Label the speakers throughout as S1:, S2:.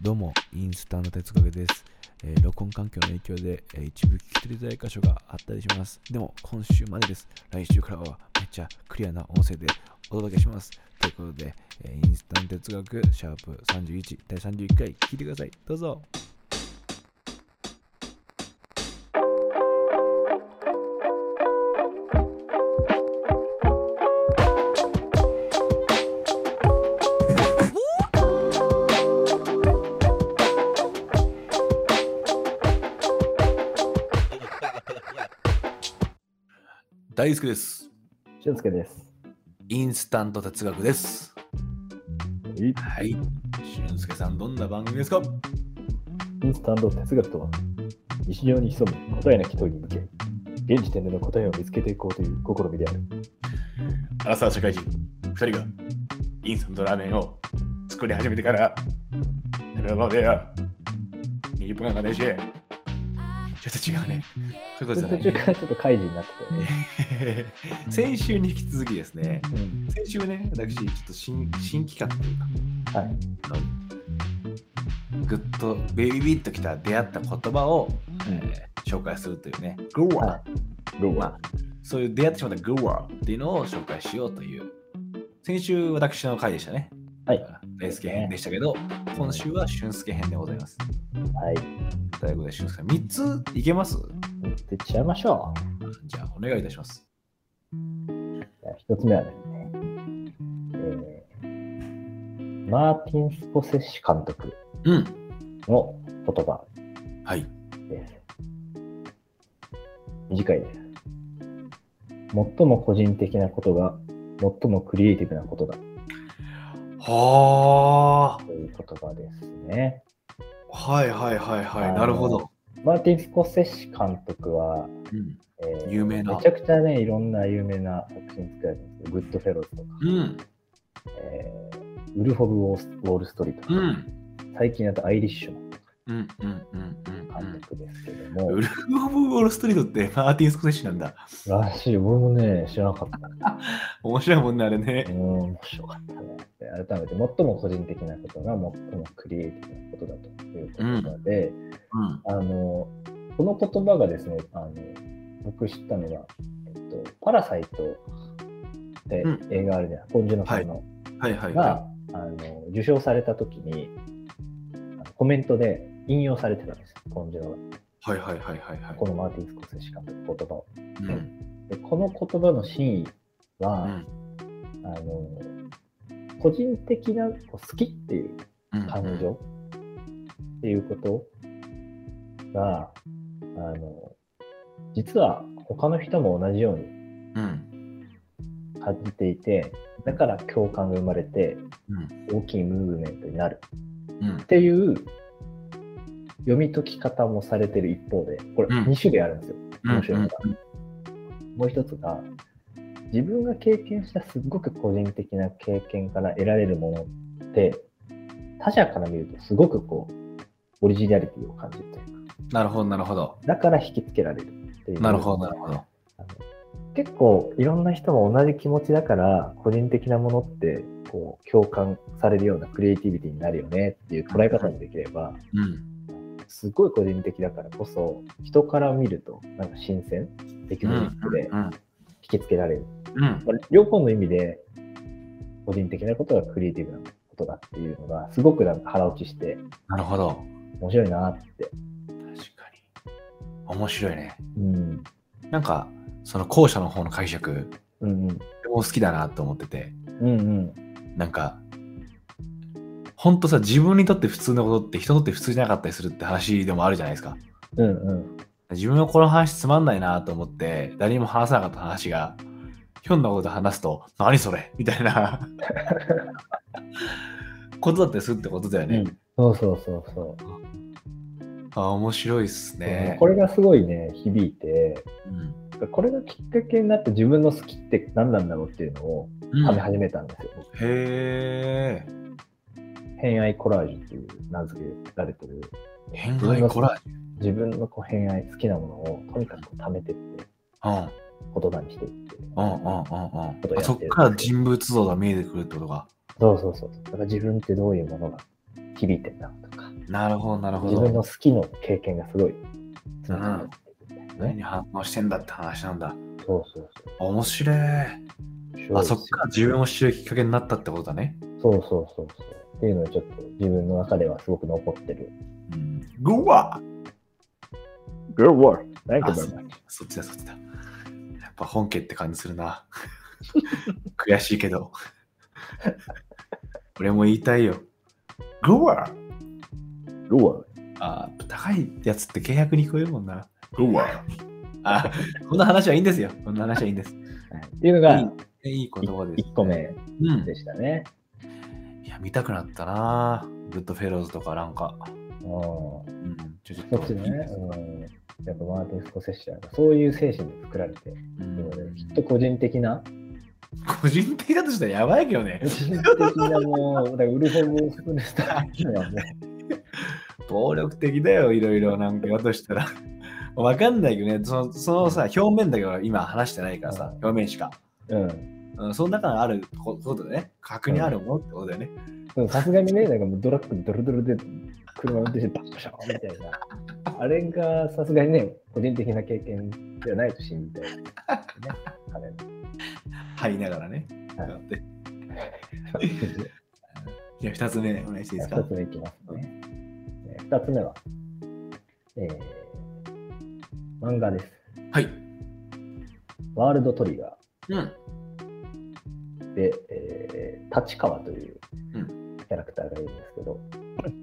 S1: どうも、インスタの哲学です。えー録音環境の影響で、えー一部聞き取りづらい箇所があったりします。でも、今週までです。来週からはめっちゃクリアな音声でお届けします。ということで、えーインスタの哲学、シャープ31、第31回、聞いてください。どうぞ。大好きです。
S2: 俊介です。
S1: インスタント哲学です。
S2: イ
S1: はい。俊介さん、どんな番組ですか
S2: ンスタント哲学とは、日常に潜む答えなき問いに向け、現時点での答えを見つけていこうという試みである。
S3: アラサー社会人2人がインスタントラーメンを作り始めてからそれまでや日本がねしちょっと違うね。
S1: そういうこと
S2: 途中からちょっと開示になってたよね。
S3: 先週に引き続きですね、
S2: うん
S3: 先週ね、私、ちょっと新新企画というか、
S2: はい。
S3: ぐっとベビビッときた出会った言葉を、
S2: うん
S3: えー紹介するというね、グワー、
S2: はいローは。
S3: そういう出会ってしまったグワーっていうのを紹介しようという、先週私の回でしたね。
S2: はい。
S3: 大輔編でしたけど、今週は俊介編でございます。
S2: はい。
S3: ということで、俊介さん、3ついけます
S2: 持ってっちゃいましょ
S3: じゃあ、お願いいたします。
S2: う。じゃあ一つ目はですね、えーマーティン・スポセッシ監督
S3: うん。
S2: の言葉
S3: はい。
S2: です。短いです。最も個人的なことが、最もクリエイティブなことだ
S3: は
S2: という言葉ですね。
S3: あ。はいはいはいは
S2: あ
S3: い。
S2: の
S3: なるほど。
S2: マーティン・スコセッシ監督は、
S3: うん。
S2: えー
S3: 有名な
S2: めちゃくちゃね、いろんな有名な作品作られてるんですけど、グッドフェローズとか、
S3: うん。
S2: えーウルフ・オブ・ウォースウォール・ストリートと
S3: う
S2: か、
S3: ん。
S2: 最近だとアイリッシュの
S3: うんうんうんうん
S2: 監督ですけど
S3: うん。
S2: も、
S3: ウルフ・オブ・ウォール・ストリートってマーティン・スコセッシなんだ。
S2: らしい、俺もね、知らなかった。
S3: 面白いもんね、あれ
S2: う
S3: ね。
S2: ん、面白かったね。で改めて、最も個人的なことが最もクリエイティブなことだという言葉で、
S3: うん。
S2: あの、この言葉がですね、あの、僕知ったのが、えっと、パラサイトって
S3: うん
S2: 映画あるじゃん、ポンジュノさんの、
S3: はいはいは
S2: が、あの、受賞された時に、あのコメントで引用されてたんですよ、ポンジュノが。
S3: い。はいはいはいはいはい。
S2: このマーティン・スコセッシ監督の言葉を。
S3: うん。
S2: で、この言葉の真意
S3: う
S2: は、
S3: ん。
S2: あの、個人的なこう好きっていう
S3: うん
S2: 感情っていうことが、あの、実は他の人も同じように
S3: うん。
S2: 感じていて、だから共感が生まれて
S3: うん。
S2: 大きいムーブメントになる
S3: うん
S2: っ。ていう読み解き方もされてる一方で、これ
S3: うん
S2: 2種類あるんですよ。面白いのが
S3: うん
S2: もう一つが、自分が経験したすっごく個人的な経験から得られるものって、他者から見るとすごくこう、オリジナリティを感じるというか
S3: なるほどなるほど。
S2: だから引きつけられるっていう
S3: なるほどなるほど。
S2: 結構いろんな人も同じ気持ちだから個人的なものってこう共感されるようなクリエイティビティになるよねっていう捉え方もできれば
S3: うん。
S2: すごい個人的だからこそ人から見るとなんか新鮮エキゾチックで
S3: うん。
S2: 引きつけられる、
S3: うん。
S2: まあ両方の意味で個人的なことがクリエイティブなことだっていうのがすごくなんか腹落ちして
S3: なるほど。
S2: 面白いなって、
S3: 確かに。面白いね。
S2: うん、
S3: なんか、その後者の方の解釈、
S2: うんうん
S3: とても好きだなと思ってて、
S2: うんうん
S3: なんか、ほんとさ、自分にとって普通のことって人にとって普通じゃなかったりするって話でもあるじゃないですか。
S2: うんうん
S3: 自分はこの話つまんないなと思って、誰にも話さなかった話が、ひょんなことで話すと、何それみたい なことだったりするってことだよね。
S2: うんそうそうそうそう
S3: あ面白いっすね。
S2: これがすごいね響いて
S3: うん、
S2: これがきっかけになって自分の好きって何なんだろうっていうのを
S3: うん
S2: 食べ始めたんですよ、僕
S3: へえ。
S2: 偏愛コラージュっていう名付けられてる
S3: 変態コラ
S2: 自分のこう偏愛好きなものをとにかく貯めてっ
S3: ージ
S2: て
S3: ュ。うん。
S2: 言葉にしていって
S3: うんうんうんうんん。そっから人物像が見えてくるってことが。
S2: そうそうそうだから自分ってどういうものが響いてんだろうとか
S3: なるほど、なるほ
S2: 自
S3: ど。
S2: 分の好きの経験がすごいつながってるんだよ
S3: 何
S2: ね。
S3: に反応してんだって話なんだ。
S2: そうそう
S3: 面白い。
S2: そう。
S3: あそっから自分を知るきっかけになったってことだね。
S2: そうそうそうそう。っていうのがちょっと自分の中ではすごく残ってる。
S3: うん。グワ
S2: Good work!
S3: ー
S2: Thank
S3: あそそっちだ、そっちだ。やっぱ本家って感じするな。 悔しいけど。 俺も言いたいよ。グワー
S2: Good work!
S3: あー高いやつって契約に聞こえるもんな。グワー あこんな話はいいんですよ。こんな話はいいん です。
S2: っていうのが
S3: いいいい言葉です。
S2: 1個目
S3: うん。
S2: でしたね。
S3: いや、見たくなったなぁグッドフェローズとかなんか。
S2: うん。そ
S3: うん。ちょちょっと
S2: っち。ね。うん。やっぱマーティン・スコセッシャーがそういう精神で作られて
S3: う
S2: るの
S3: ん
S2: で、きっと個人的な、
S3: 個人的だとしたらやばいけどね
S2: 個。人的なもう、だからウルフォン・スプルスターっていうのはも
S3: 暴力的だよ、いろいろなんかだとしたら。 わかんないけどね、そのそのさ、表面だけは今話してないからさ、表面しか。
S2: う、うん
S3: うん、その中にあることだよね。確にあるものってことだよね。
S2: でもさすがにね、なんかもうドラッグドロドロで車運転してバッシャーンみたいな、あれがさすがにね、個人的な経験じゃないと信じたい、ね。彼の
S3: 入りながらね。
S2: はい
S3: だってじゃあ2つ目お願いしていいです
S2: 2
S3: か
S2: つ。目いきますね。2つ目は、えー漫画です。
S3: はい。
S2: ワールドトリガ
S3: うん。
S2: ーで、えー立川という
S3: う
S2: キャラクターがいるんですけど、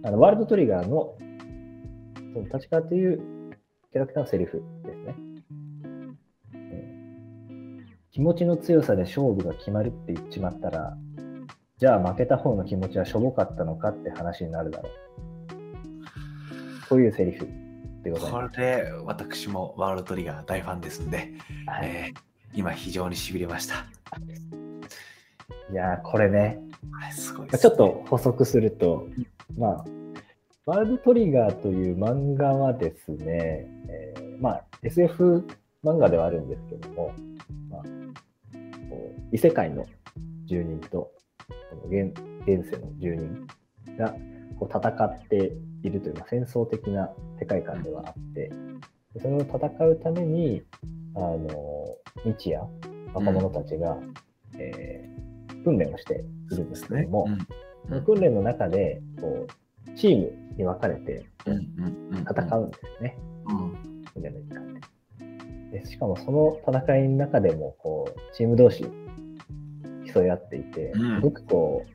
S2: あのワールドトリガーのその立川というキャラクターのセリフですね。えー気持ちの強さで勝負が決まるって言っちまったら、じゃあ負けた方の気持ちはしょぼかったのかって話になるだろう。こういうセリフでござい
S3: こ
S2: ます。
S3: れで私もワールドトリガー大ファンですんで、
S2: はい、
S3: えー今非常にしびれました。
S2: いやーこれね、
S3: あれすごい
S2: ま
S3: で
S2: あち
S3: す
S2: ょっと補足すると、まあ、ワールドトリガーという漫画はですね、えーまあ、SF 漫画ではあるんですけども、まあ、こう異世界の住人とこの現現世の住人がこう戦っているという、まあ、戦争的な世界観ではあって、でそれを戦うために、あの日夜、若者たちが、えー訓練をしているんですけ
S3: ね
S2: ども、
S3: うん
S2: 訓練の中でこうチームに分かれて
S3: うんうんうんうん
S2: 戦うんですよね、
S3: うん
S2: じゃないかででしかもその戦いの中でもこうチーム同士競い合っていて、
S3: うん
S2: すごくこう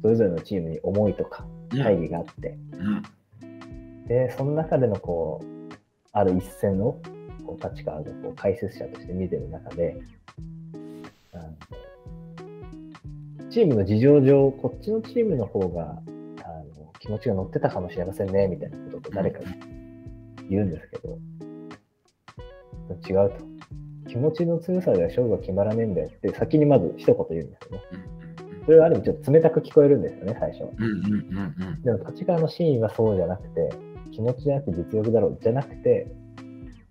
S2: それぞれのチームに思いとか大義があって、
S3: うん
S2: でその中でのこうある一戦をこう立川がこう解説者として見てる中であのチームの事情上こっちのチームの方があの気持ちが乗ってたかもしれませんねみたいなことを誰かが言うんですけど、違うと気持ちの強さでは勝負が決まらねえんだよって先にまず一言言うんですよねそれはある意味ちょっと冷たく聞こえるんですよね最初は
S3: うんうんうんうんうん
S2: でも立川のシーンはそうじゃなくて、気持ちじゃなくて実力だろうじゃなくて、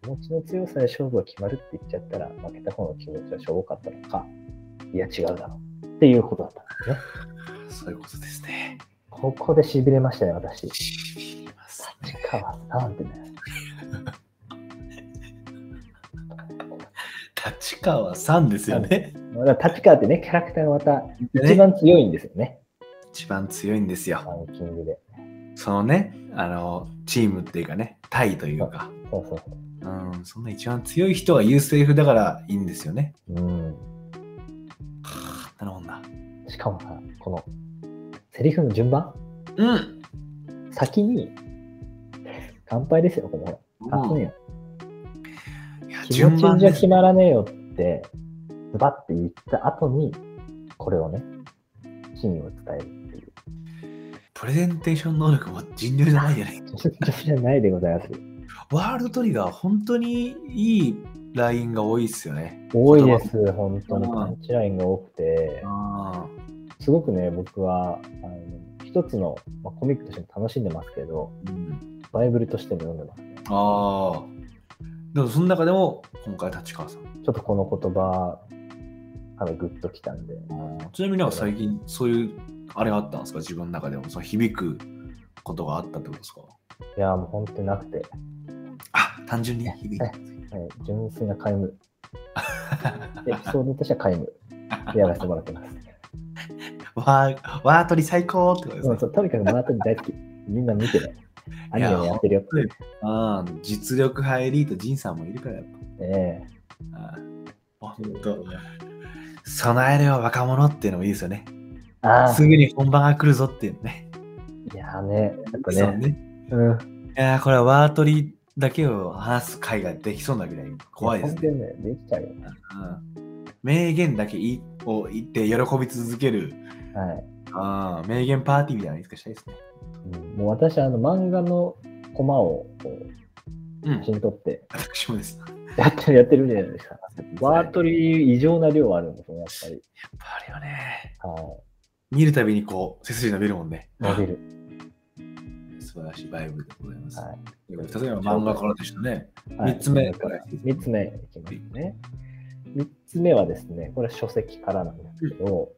S2: 気持ちの強さで勝負が決まるって言っちゃったら、負けた方の気持ちはしょぼかったのか、いや違うだろうっていうことだったんですね。
S3: そういうことですね。
S2: ここでしびれましたね、私。立
S3: しびれますね
S2: 川さんってね。
S3: 立川さんですよね。
S2: まあだから立川ってね、キャラクターがまた一番強いんですよね、
S3: 一番強いんですよ。
S2: ランキングで。
S3: そのね、あの、チームっていうかね、タイというか、
S2: そうそう
S3: うん、そんな一番強い人が優勢風だからいいんですよね。
S2: そう。うん。
S3: なるほどな。
S2: しかもさ、この、セリフの順番
S3: うん
S2: 先に、乾杯ですよ、この。乾
S3: う
S2: 杯
S3: ん
S2: よ。
S3: いや
S2: 気持
S3: 順
S2: ち
S3: 番
S2: じゃ
S3: です
S2: 決まらねえよって、ズバッて言った後に、これをね、真意を伝えるって いう。
S3: プレゼンテーション能力も尋常じゃないじゃない。
S2: じゃないでございます。
S3: ワールドトリガー、本当にいいラインが多いですよね。
S2: 多いです、本当に。
S3: うん
S2: パンチラインが多くて、
S3: あ
S2: すごくね、僕は、あの一つの、まあ、コミックとしても楽しんでますけど、
S3: ーうん
S2: バイブルとしても読んでますね。
S3: ああ。でもその中でも今回立川さん。
S2: ちょっとこの言葉、あのグッときたんで。
S3: ちなみになんか最近そういうあれがあったんですか自分の中でもその響くことがあったってことですか
S2: いや、もう本当になくて、
S3: あ単純に 響いた。
S2: はい、純粋な皆無。エピソードとしては皆 無でやらせてもらってます。
S3: わー、わーとり最高ってことです
S2: う
S3: ね
S2: ん、。そうとにかくマートリ大好き。みんな見てね。アニメもやってるよ。
S3: あー実力派エリート、ジンさんもいるからやっ
S2: ね
S3: ぱ。あ
S2: え
S3: 本当。備えれば若者っていうのもいいですよね。
S2: ああ
S3: す、ぐに本番が来るぞっていうね。
S2: いやね、やっぱ
S3: そう
S2: ね。
S3: ね。
S2: うん。
S3: いやーこれはワートリだけを話す会ができそうなぐらい怖いですね。
S2: 本当にね、できちゃうよ。
S3: うん名言だけいいを言って喜び続ける、
S2: はい。
S3: あー名言パーティーみたいなのいつかしたいですね。
S2: うんもう私はあの漫画のコマをこう
S3: うん
S2: 写、真撮って
S3: 私もです。
S2: やってる、やってるじゃないで すか。ワート
S3: リ
S2: リー異常な量あるんですよ、やっぱり。
S3: あれよね。
S2: は
S3: 見るたびにこう、背筋伸びるもんね。
S2: い。伸びる。
S3: 素晴らしいバイブでございます。
S2: は
S3: 例えば漫画からでしたね。
S2: い。はい
S3: 三つ目。
S2: 3つ目いきますね。3つ目はですね、これは書籍からなんですけど、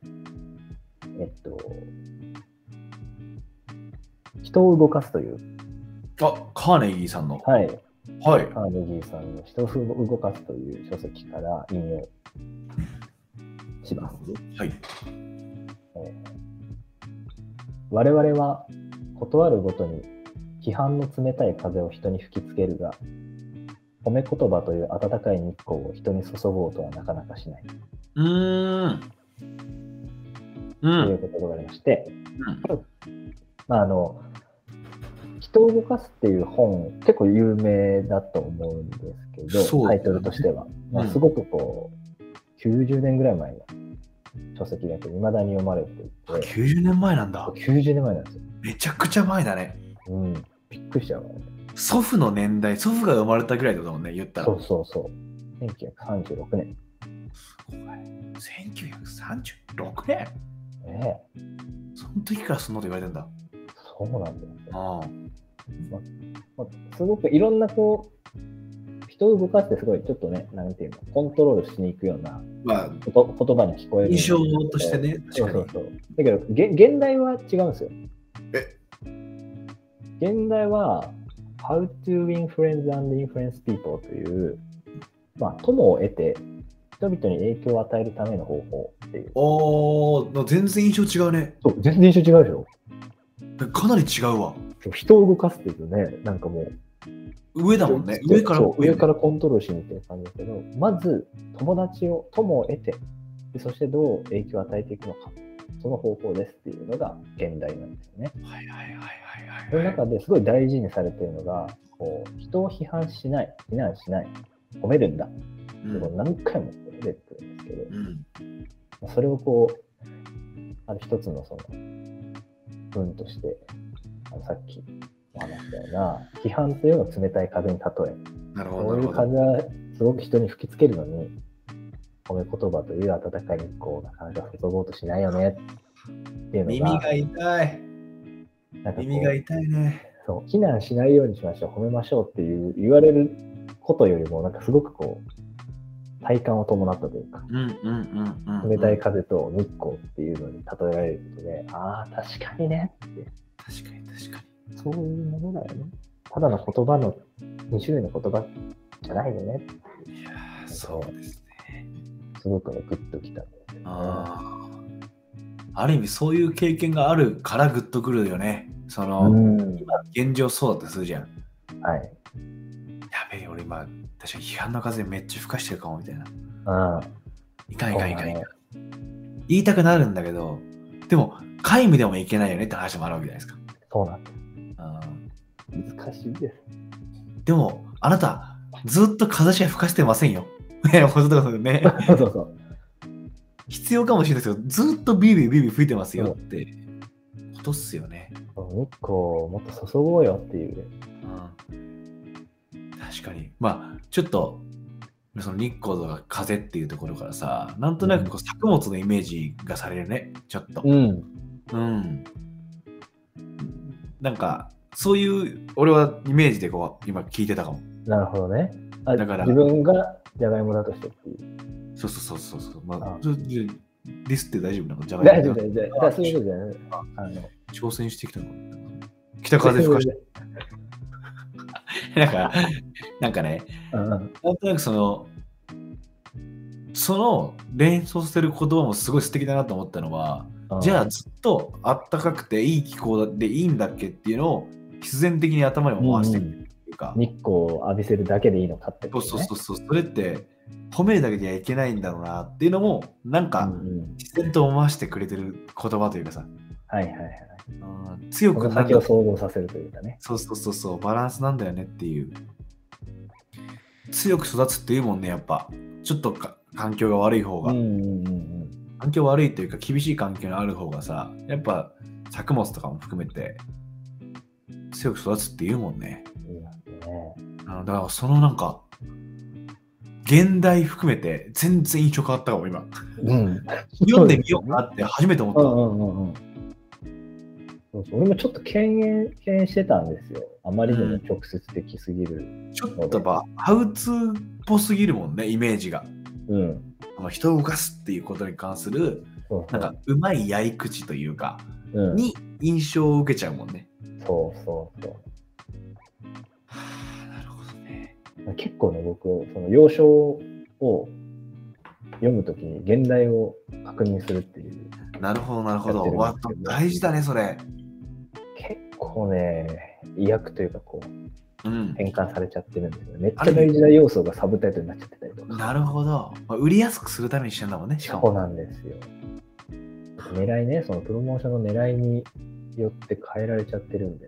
S2: えっと、人を動かすという、
S3: あ、カーネギーさんの。
S2: はい、
S3: はい。
S2: カーネギーさんの人を動かすという書籍から引用します。
S3: はい。
S2: 我々は断るごとに批判の冷たい風を人に吹きつけるが褒め言葉という温かい日光を人に注ごうとはなかなかしないう
S3: ーん。う。
S2: というんことがありまして、まあ、あの人を動かすっていう本結構有名だと思うんですけど、
S3: そうですね
S2: タイトルとしては、まあ
S3: うん
S2: すごくこう90年ぐらい前の書籍だけどいまだに読まれていて
S3: 90年前なんだ。
S2: 90年前なんですよ、
S3: めちゃくちゃ前だね。
S2: うん、びっくりしちゃうわね
S3: 祖父の年代、祖父が生まれたぐらいってことだもんね、言ったら。
S2: そうそうそう。1936年。
S3: 怖い1936年
S2: ねえ、
S3: その時からそんなこと言われてんだ。
S2: そうなんですよ。
S3: ああ。
S2: まあ、すごくいろんなこう、人を動かしてすごいちょっとね、なんていうの、コントロールしに行くような
S3: まあ、
S2: こと言葉に聞こえる。
S3: 印象として。ね、
S2: そ
S3: 確
S2: う
S3: か
S2: そ
S3: に
S2: う。そう。だけど、げ現代は違うんですよ。
S3: え
S2: 現代は、How to Influence and Influence People という、まあ、友を得て、人々に影響を与えるための方法っていう。
S3: おー、全然印象違うね。
S2: そう、全然印象違うでしょ
S3: かなり違うわ。
S2: そう人を動かすっていうとね、なんかもう、
S3: 上だもんね。
S2: そう
S3: 上から
S2: そう
S3: 上
S2: 上からコントロールしに行ってる感じだけど、まず友達を、友を得て、でそしてどう影響を与えていくのか、その方法ですっていうのが現代なんですよね。
S3: はいはいはいはい
S2: そ
S3: は
S2: の
S3: いはい。
S2: 中ですごい大事にされているのが、こう人を批判しない、非難しない、褒めるんだって
S3: うん
S2: ことを何回も出てくるんですけど、
S3: うん
S2: まあそれをこう、ある一つのその文として、あのさっきお話したような、批判というのを冷たい風に例え、
S3: なるほど、
S2: そう
S3: ないる
S2: う
S3: ほど。
S2: 風はすごく人に吹きつけるのに、褒め言葉という温かい日光をなかなか注ごうとしないよねっていうのが、
S3: 耳が痛い。
S2: なんかこう
S3: 耳が痛いね。
S2: そう非難しないようにしましょう、褒めましょうっていう言われることよりも、なんかすごくこう、体感を伴ったというか、
S3: うんうんうんうんうん。
S2: 冷たい風と日光っていうのに例えられることで、ああ、確かにねって、
S3: 確かに確か
S2: そういうものだよね。ただの言葉の、2種類の言葉じゃないよね。
S3: に。いやーそうですね。
S2: すごくね、グッときたんですよね。
S3: ああ。ある意味そういう経験があるからグッとくるよね。その、
S2: うん
S3: 今現状そうだってするじゃん。
S2: はい。
S3: やべえ、俺今、確かに批判の風めっちゃ吹かしてるかもみたいな。
S2: あ
S3: いかんいかんいかんいかん。言いたくなるんだけど、でも、皆無でもいけないよねって話もあるわけじゃないですか。
S2: そうなんです。
S3: うん
S2: 難しいです。
S3: でも、あなた、ずっと風しか吹かせてませんよ。ね、ほんとだね。
S2: そうそうそう。
S3: 必要かもしれないですけど、ずっとビービービービー吹いてますよってことっすよね。
S2: 日光をもっと注ごうよっていう。
S3: うん、確かに。まあ、ちょっと、その日光とか風っていうところからさ、なんとなくこう作物のイメージがされるね、ちょっと。
S2: ん。
S3: うん。なんか、そういう、俺はイメージでこう、今聞いてたかも。
S2: なるほどね。あ
S3: だから
S2: 自分がじゃがいもだとしてっていう。
S3: そうそうそうそうそう。まあ
S2: あ、
S3: ちょちょディスって大丈夫なのじゃがいも
S2: 大丈夫大丈夫。だからそういうことじゃない。あの、
S3: 挑戦してきたの。来北風吹かして。なんか、なんかね、
S2: うんうん
S3: なんとなくその、その連想してる言葉もすごい素敵だなと思ったのは、
S2: うん
S3: じゃあずっとあったかくていい気候でいいんだっけっていうのを必然的に頭に思わせてくれるっていうか、
S2: 日光を浴びせるだけでいいのかってこ
S3: そう
S2: とね、
S3: そうそうそう、それって褒めるだけじゃいけないんだろうなっていうのも、なんか
S2: うんうん
S3: 自然と思わせてくれてる言葉というかさ、
S2: はいはいはい。
S3: うん強
S2: こ
S3: く
S2: の
S3: なん
S2: 先を
S3: か
S2: 想像させるというかね。
S3: そうそうそうそう、バランスなんだよねっていう。強く育つっていうもんね、やっぱ。ちょっとか環境が悪い方
S2: う
S3: が、
S2: んうんうん
S3: 環境悪いというか厳しい環境にある方がさ、やっぱ作物とかも含めて強く育つっていうもんね。
S2: うん。いいますね。
S3: あのだからそのなんか、現代含めて全然印象変わったかも、今。
S2: うん。
S3: 読んでみようかなって初めて思った。
S2: うんうんうんうん。そうそう俺もちょっと敬遠敬遠してたんですよ。あまりにも直接的すぎる。
S3: ちょっとやっぱハウツーっぽすぎるもんね、イメージが。
S2: うん。
S3: あの人を動かすっていうことに関する、
S2: そうそ
S3: なん
S2: う。
S3: かうまいやり口というか、
S2: うん、
S3: に印象を受けちゃうもんね。
S2: そうそうそう。
S3: なるほどね。
S2: 結構ね、僕、その要所を読むときに現代を確認するっていう、
S3: なるほど、なるほ
S2: や
S3: ど。
S2: ってる
S3: わ大事だね、それ。
S2: 結構ね、意訳というかこう、
S3: うん。
S2: 変換されちゃってるんですよね。めっち
S3: あ
S2: ゃ
S3: る意味
S2: 大事な要素がサブタイトルになっちゃってたりとか。
S3: なるほど。まあ、売りやすくするためにしてんだもんね、しか
S2: そう
S3: も。
S2: なんですよ。狙いね、そのプロモーションの狙いによって変えられちゃってるんで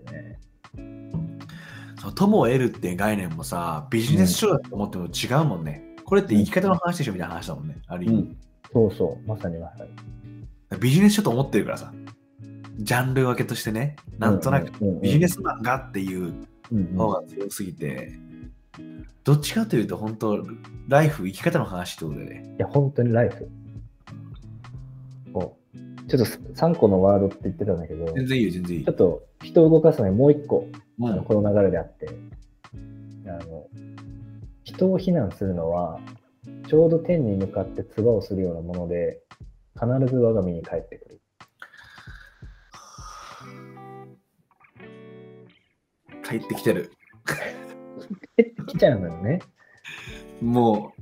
S2: ね。
S3: その友を得るっていう概念もさ、ビジネス書だと思っても違うもんね。これって生き方の話でしょみたいな話だもんね。ある意味。
S2: そうそう、まさにまさに。
S3: ビジネス書と思ってるからさ、ジャンル分けとしてね、なんとなく
S2: うんうんうんうん
S3: ビジネスマンがっていう
S2: うんうん
S3: 方が強すぎて、どっちかというと、本当、ライフ、生き方の話ってことでね。
S2: いや、本当にライフ。そうちょっと3個のワードって言ってたんだけど、
S3: 全
S2: ち
S3: 然いいよ、全然いい
S2: ょ
S3: よ
S2: っ。と人を動かすのにもう1個、
S3: う
S2: あの
S3: ん
S2: この流れであって、あの、人を非難するのは、ちょうど天に向かって唾をするようなもので、必ず我が身に帰ってくる。
S3: 帰ってきてる。
S2: えってきちゃうのよね。
S3: も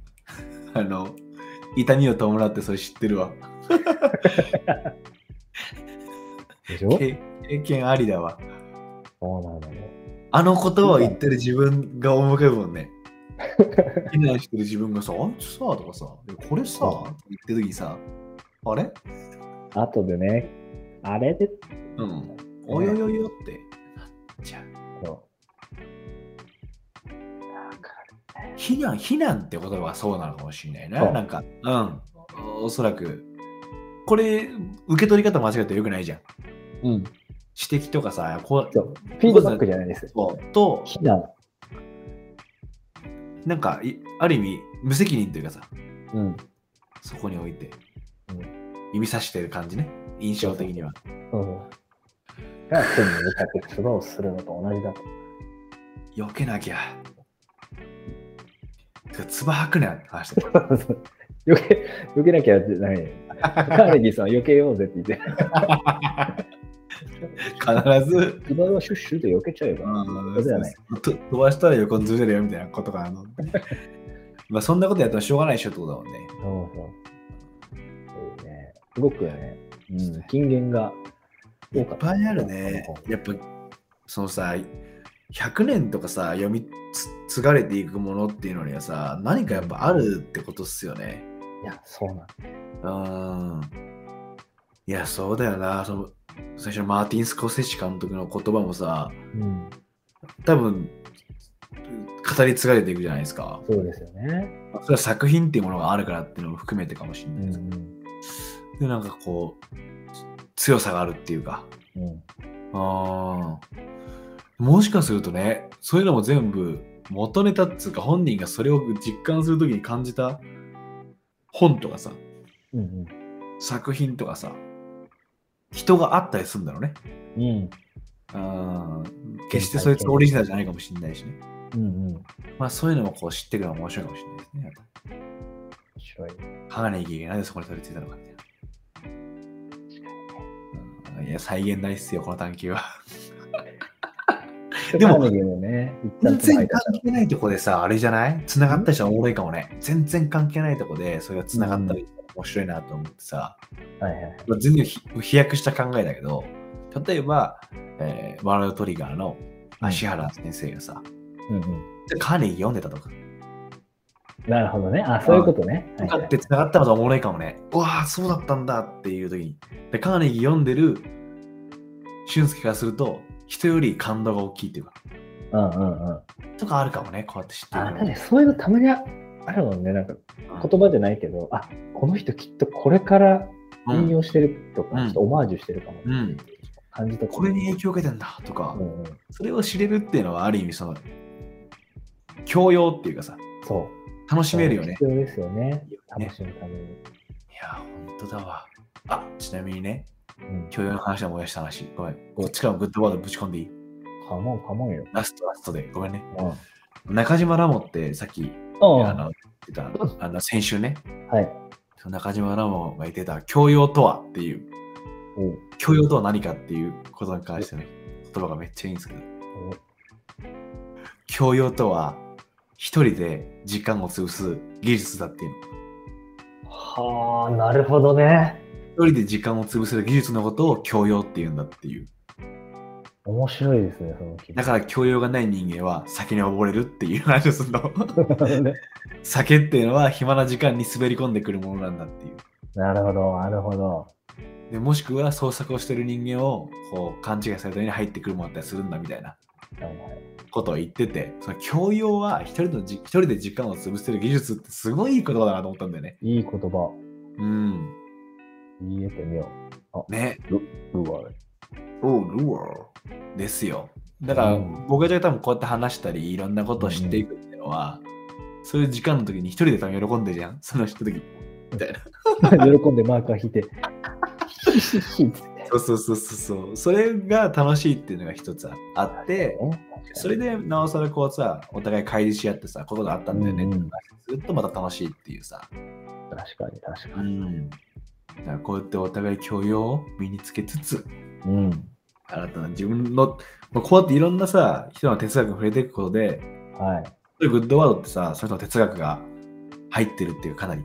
S3: う、 あの、痛みを伴ってそれ知ってるわ。
S2: でしょ
S3: 経経験ありだわ。
S2: そうなのよ。
S3: あの言葉を言ってる自分が思い浮かぶもんね。避難してる自分がさ、あいつさ、とかさ、でこれさ、とか言ってる時にさ、あれ
S2: あとでね、あれで、
S3: うん。およよよってなっちゃう。
S2: そうだから
S3: 避難、避難って言葉はそうなのかもしれない
S2: そ
S3: な。
S2: う
S3: なんか、うん。おおそらく、これ、受け取り方間違ってよくないじゃん。
S2: うん。
S3: 指摘とかさ、こう、
S2: そう。フィードバックじゃないです。
S3: そうと、
S2: 非難。
S3: なんか、いある意味、無責任というかさ、
S2: うん。
S3: そこに置いて
S2: う、
S3: 指さしてる感じね。印象的には。
S2: うん。が天に向かって唾をするのと同じだと。
S3: 避けなきゃ。てか唾吐くなって話だよ
S2: 避け、避けなきゃじゃない。カーネギーさん避けようぜって言って、
S3: 必ず、
S2: 唾をシュッシュで避けちゃえば、そうじゃない。
S3: と飛ばしたら横にずれるよみたいなことがあるの。まあそんなことやったらしょうがないでしょってことだもんね。
S2: そうそう。そうね。すごくね、うん、金言が
S3: い
S2: 多か
S3: っ
S2: った。
S3: ぱいあるね。やっぱ、そのさ、100年とかさ、読みつ継がれていくものっていうのにはさ、何かやっぱあるってことっすよね。
S2: いや、そうなん
S3: うーん。いや、そうだよな。その最初のマーティン・スコセッシ監督の言葉もさ、
S2: うん、
S3: 多分語り継がれていくじゃないですか。
S2: そうですよね。
S3: それは作品っていうものがあるからっていうのも含めてかもしれ
S2: う
S3: ないですけど、
S2: ん、
S3: でなんかこうつ強さがあるっていうか
S2: うん、うん。
S3: あーもしかするとねそういうのも全部元ネタっつうか本人がそれを実感するときに感じた本とかさ
S2: うん、
S3: 作品とかさ人があったりするんだろうね。
S2: うん、うん、
S3: あー決してそいつのオリジナルじゃないかもしれないしね。
S2: うん。面
S3: まあそういうのもこう知っていくのが面白いかもしれないですね。
S2: 白い。
S3: ハーネギーがなぜそこに取り付いたのかみたいな。うんいや、再現ないっすよ、この探求は。でも
S2: ファミリーもね、一
S3: 全
S2: 旦手間
S3: 然
S2: いたか
S3: 関係ないとこでさ、あれじゃない繋がった人はおもろいかもね。全然関係ないとこで、それが繋がったり面白いなと思ってさ、
S2: ら。はいはい。
S3: まあ全然ひ飛躍した考えだけど、例えば、えーワールドトリガーの芦原先生がさ、
S2: うんうん。
S3: カーネギー読んでたとか、
S2: なるほどね。あ、そういうことね。は
S3: と
S2: い
S3: か
S2: は
S3: っ
S2: い
S3: て繋がったのとおもろいかもね。うわあ、そうだったんだっていう時に。で、カーネギー読んでる俊介からすると、人より感動が大きいっていうか、
S2: うんうんうん。あ、
S3: とかあるかもね、こうやって知って
S2: 確か
S3: る
S2: にそういうのたまにあるもんね。なんか言葉じゃないけど、あ、この人きっとこれから
S3: う
S2: 引
S3: ん
S2: 用してるとか、
S3: うん
S2: ちょっとオマージュしてるかもって
S3: う
S2: い
S3: ん
S2: う感じとか。
S3: これに影響を受けてんだとか
S2: う、んうん。
S3: それを知れるっていうのはある意味その教養っていうかさ
S2: そう。
S3: 楽しめるよね。
S2: 必要ですよね
S3: いいよ。ね
S2: 楽しむために。
S3: いや本当だわ。あちなみにね
S2: うん。
S3: 教養の話は燃やした話ごめんこっちからもグッドワードぶち込んでいい
S2: かまんかまんよ。
S3: ラストラストでごめんね
S2: うん。
S3: 中島ラモってさっきあ
S2: は
S3: の言ってたあの先週ね
S2: い。
S3: その中島ラモが言ってた教養とはっていう
S2: おう
S3: 教養とは何かっていうことに関してね言葉がめっちゃいいんですけど教養とは一人で時間を潰す技術だっていうの
S2: はあ、なるほどね。
S3: 一人で時間を潰せる技術のことを教養って言うんだっていう。
S2: 面白いですね、その気
S3: だから教養がない人間は酒に溺れるっていう話をするの。
S2: 分
S3: 酒っていうのは暇な時間に滑り込んでくるものなんだっていう。
S2: なるほど、なるほど。
S3: でもしくは創作をしてる人間をこう勘違いされたように入ってくるものだったりするんだみたいな
S2: はいはい
S3: ことを言ってて、その教養は一人のじ一人で時間を潰せる技術ってすごいいい言葉だなと思ったんだよね。
S2: いい言葉、
S3: うん。
S2: 言えてみよ
S3: ね。
S2: う。うわ、
S3: おう、ルアですよ。だから、
S2: うん
S3: 僕たちが多分こうやって話したり、いろんなことを知っていくっていうのは、そういう時間の時に一人で多分喜んでるじゃん、その人の時。みたいな。
S2: 喜んでマーカー引いて、ひひひっつって。
S3: そうそうそうそうそう。それが楽しいっていうのが一つああって、それでなおさらこうさ、お互い乖離し合ってさ、こういうことあったんだよねって
S2: うんう
S3: 話
S2: ん
S3: するとまた楽しいっていうさ。
S2: 確かに、確か
S3: うん。だからこうやってお互い教養を身につけつつ、
S2: に。うん。
S3: 新たな自分の、まあこうやっていろんなさ、人の哲学に触れていくことで、
S2: はい。
S3: そういうグッドワードってさ、その人の哲学が入ってるっていうかなり。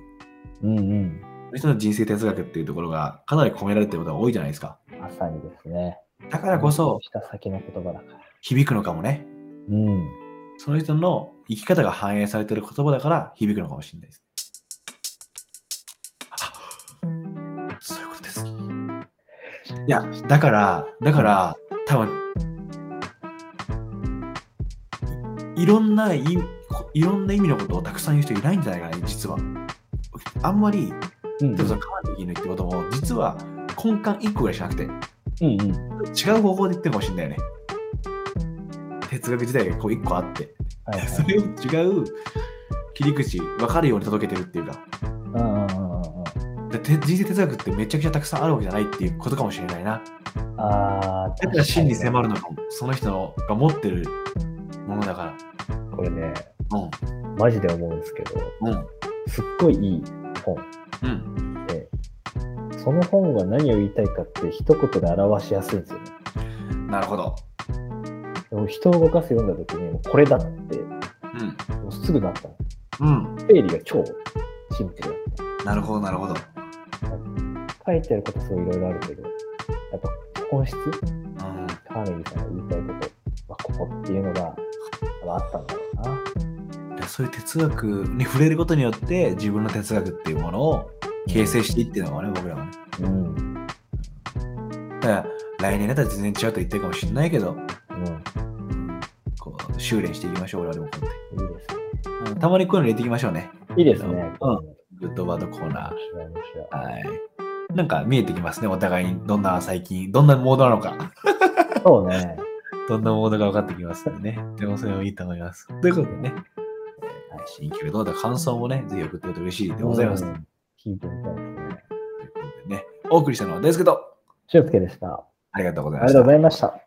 S2: うんうん。
S3: その人の人生哲学っていうところがかなり込められてることが多いじゃないですか。
S2: まさにですね。
S3: だか
S2: だ
S3: らこそ
S2: した先の言葉だから。
S3: 響くのかもね。
S2: うん。
S3: その人の生き方が反映されてる言葉だから響くのかもしれないです。あそういうことです。いや、だから、だから、多分いいろんない、いろんな意味のことをたくさん言う人いないんじゃないかな、実は。あんまり
S2: うんうん
S3: 例えばそのカーネギーの言ってることも実は根幹1個ぐらいしかなくて
S2: うんうん。
S3: 違う方法で言ってるかもしれないよね哲学自体がこう1個あって
S2: はいはい
S3: それを違う切り口分かるように届けてるっていうか
S2: うんうんうんうんう。
S3: でて人生哲学ってめちゃくちゃたくさんあるわけじゃないっていうことかもしれないなん
S2: あー
S3: だから真に迫るのかもその人のが持ってるものだか
S2: これね、
S3: らうん
S2: マジで思うんですけど、
S3: うん
S2: すっごいいい本。
S3: うん
S2: その本は何を言いたいかって一言で表しやすいんですよね。
S3: なるほど
S2: でも人を動かす読んだ時に、もうこれだって、
S3: うん
S2: もうすぐなったの。
S3: うん
S2: 整理が超シンプルだっ
S3: なるほどなるほど
S2: た。書いてあることはすごいいろいろあるけど、やっぱ本質、
S3: うん
S2: カーネギーさんが言いたいこと、まあ、ここっていうのが、あったんだろうな。
S3: いやそういう哲学に触れることによって自分の哲学っていうものを形成していっていうのがね僕らはね
S2: うん。うん。
S3: だから来年だったら全然違うと言ってるかもしれないけどこう修練していきましょう俺らでもこうや
S2: いいですね。
S3: ってうんたまにこういうの入れていきましょうね
S2: いいですね。
S3: うん
S2: 面
S3: グッドワードコーナ
S2: 白い面白い
S3: ーはいなんか見えてきますねお互いにどんな最近どんなモードなのか
S2: そうね。
S3: どんなモードが分かってきますんでねでもそれもいいと思いますということでねえー新旧どうだ感想もねぜひ送ってくれると嬉しいでございます、
S2: うん
S3: という
S2: 聞いてみたいですね。
S3: ことでねお送りしたのは大輔と
S2: 俊介でした。
S3: ありがとうござい
S2: あ
S3: ま
S2: り
S3: した
S2: がとうございました。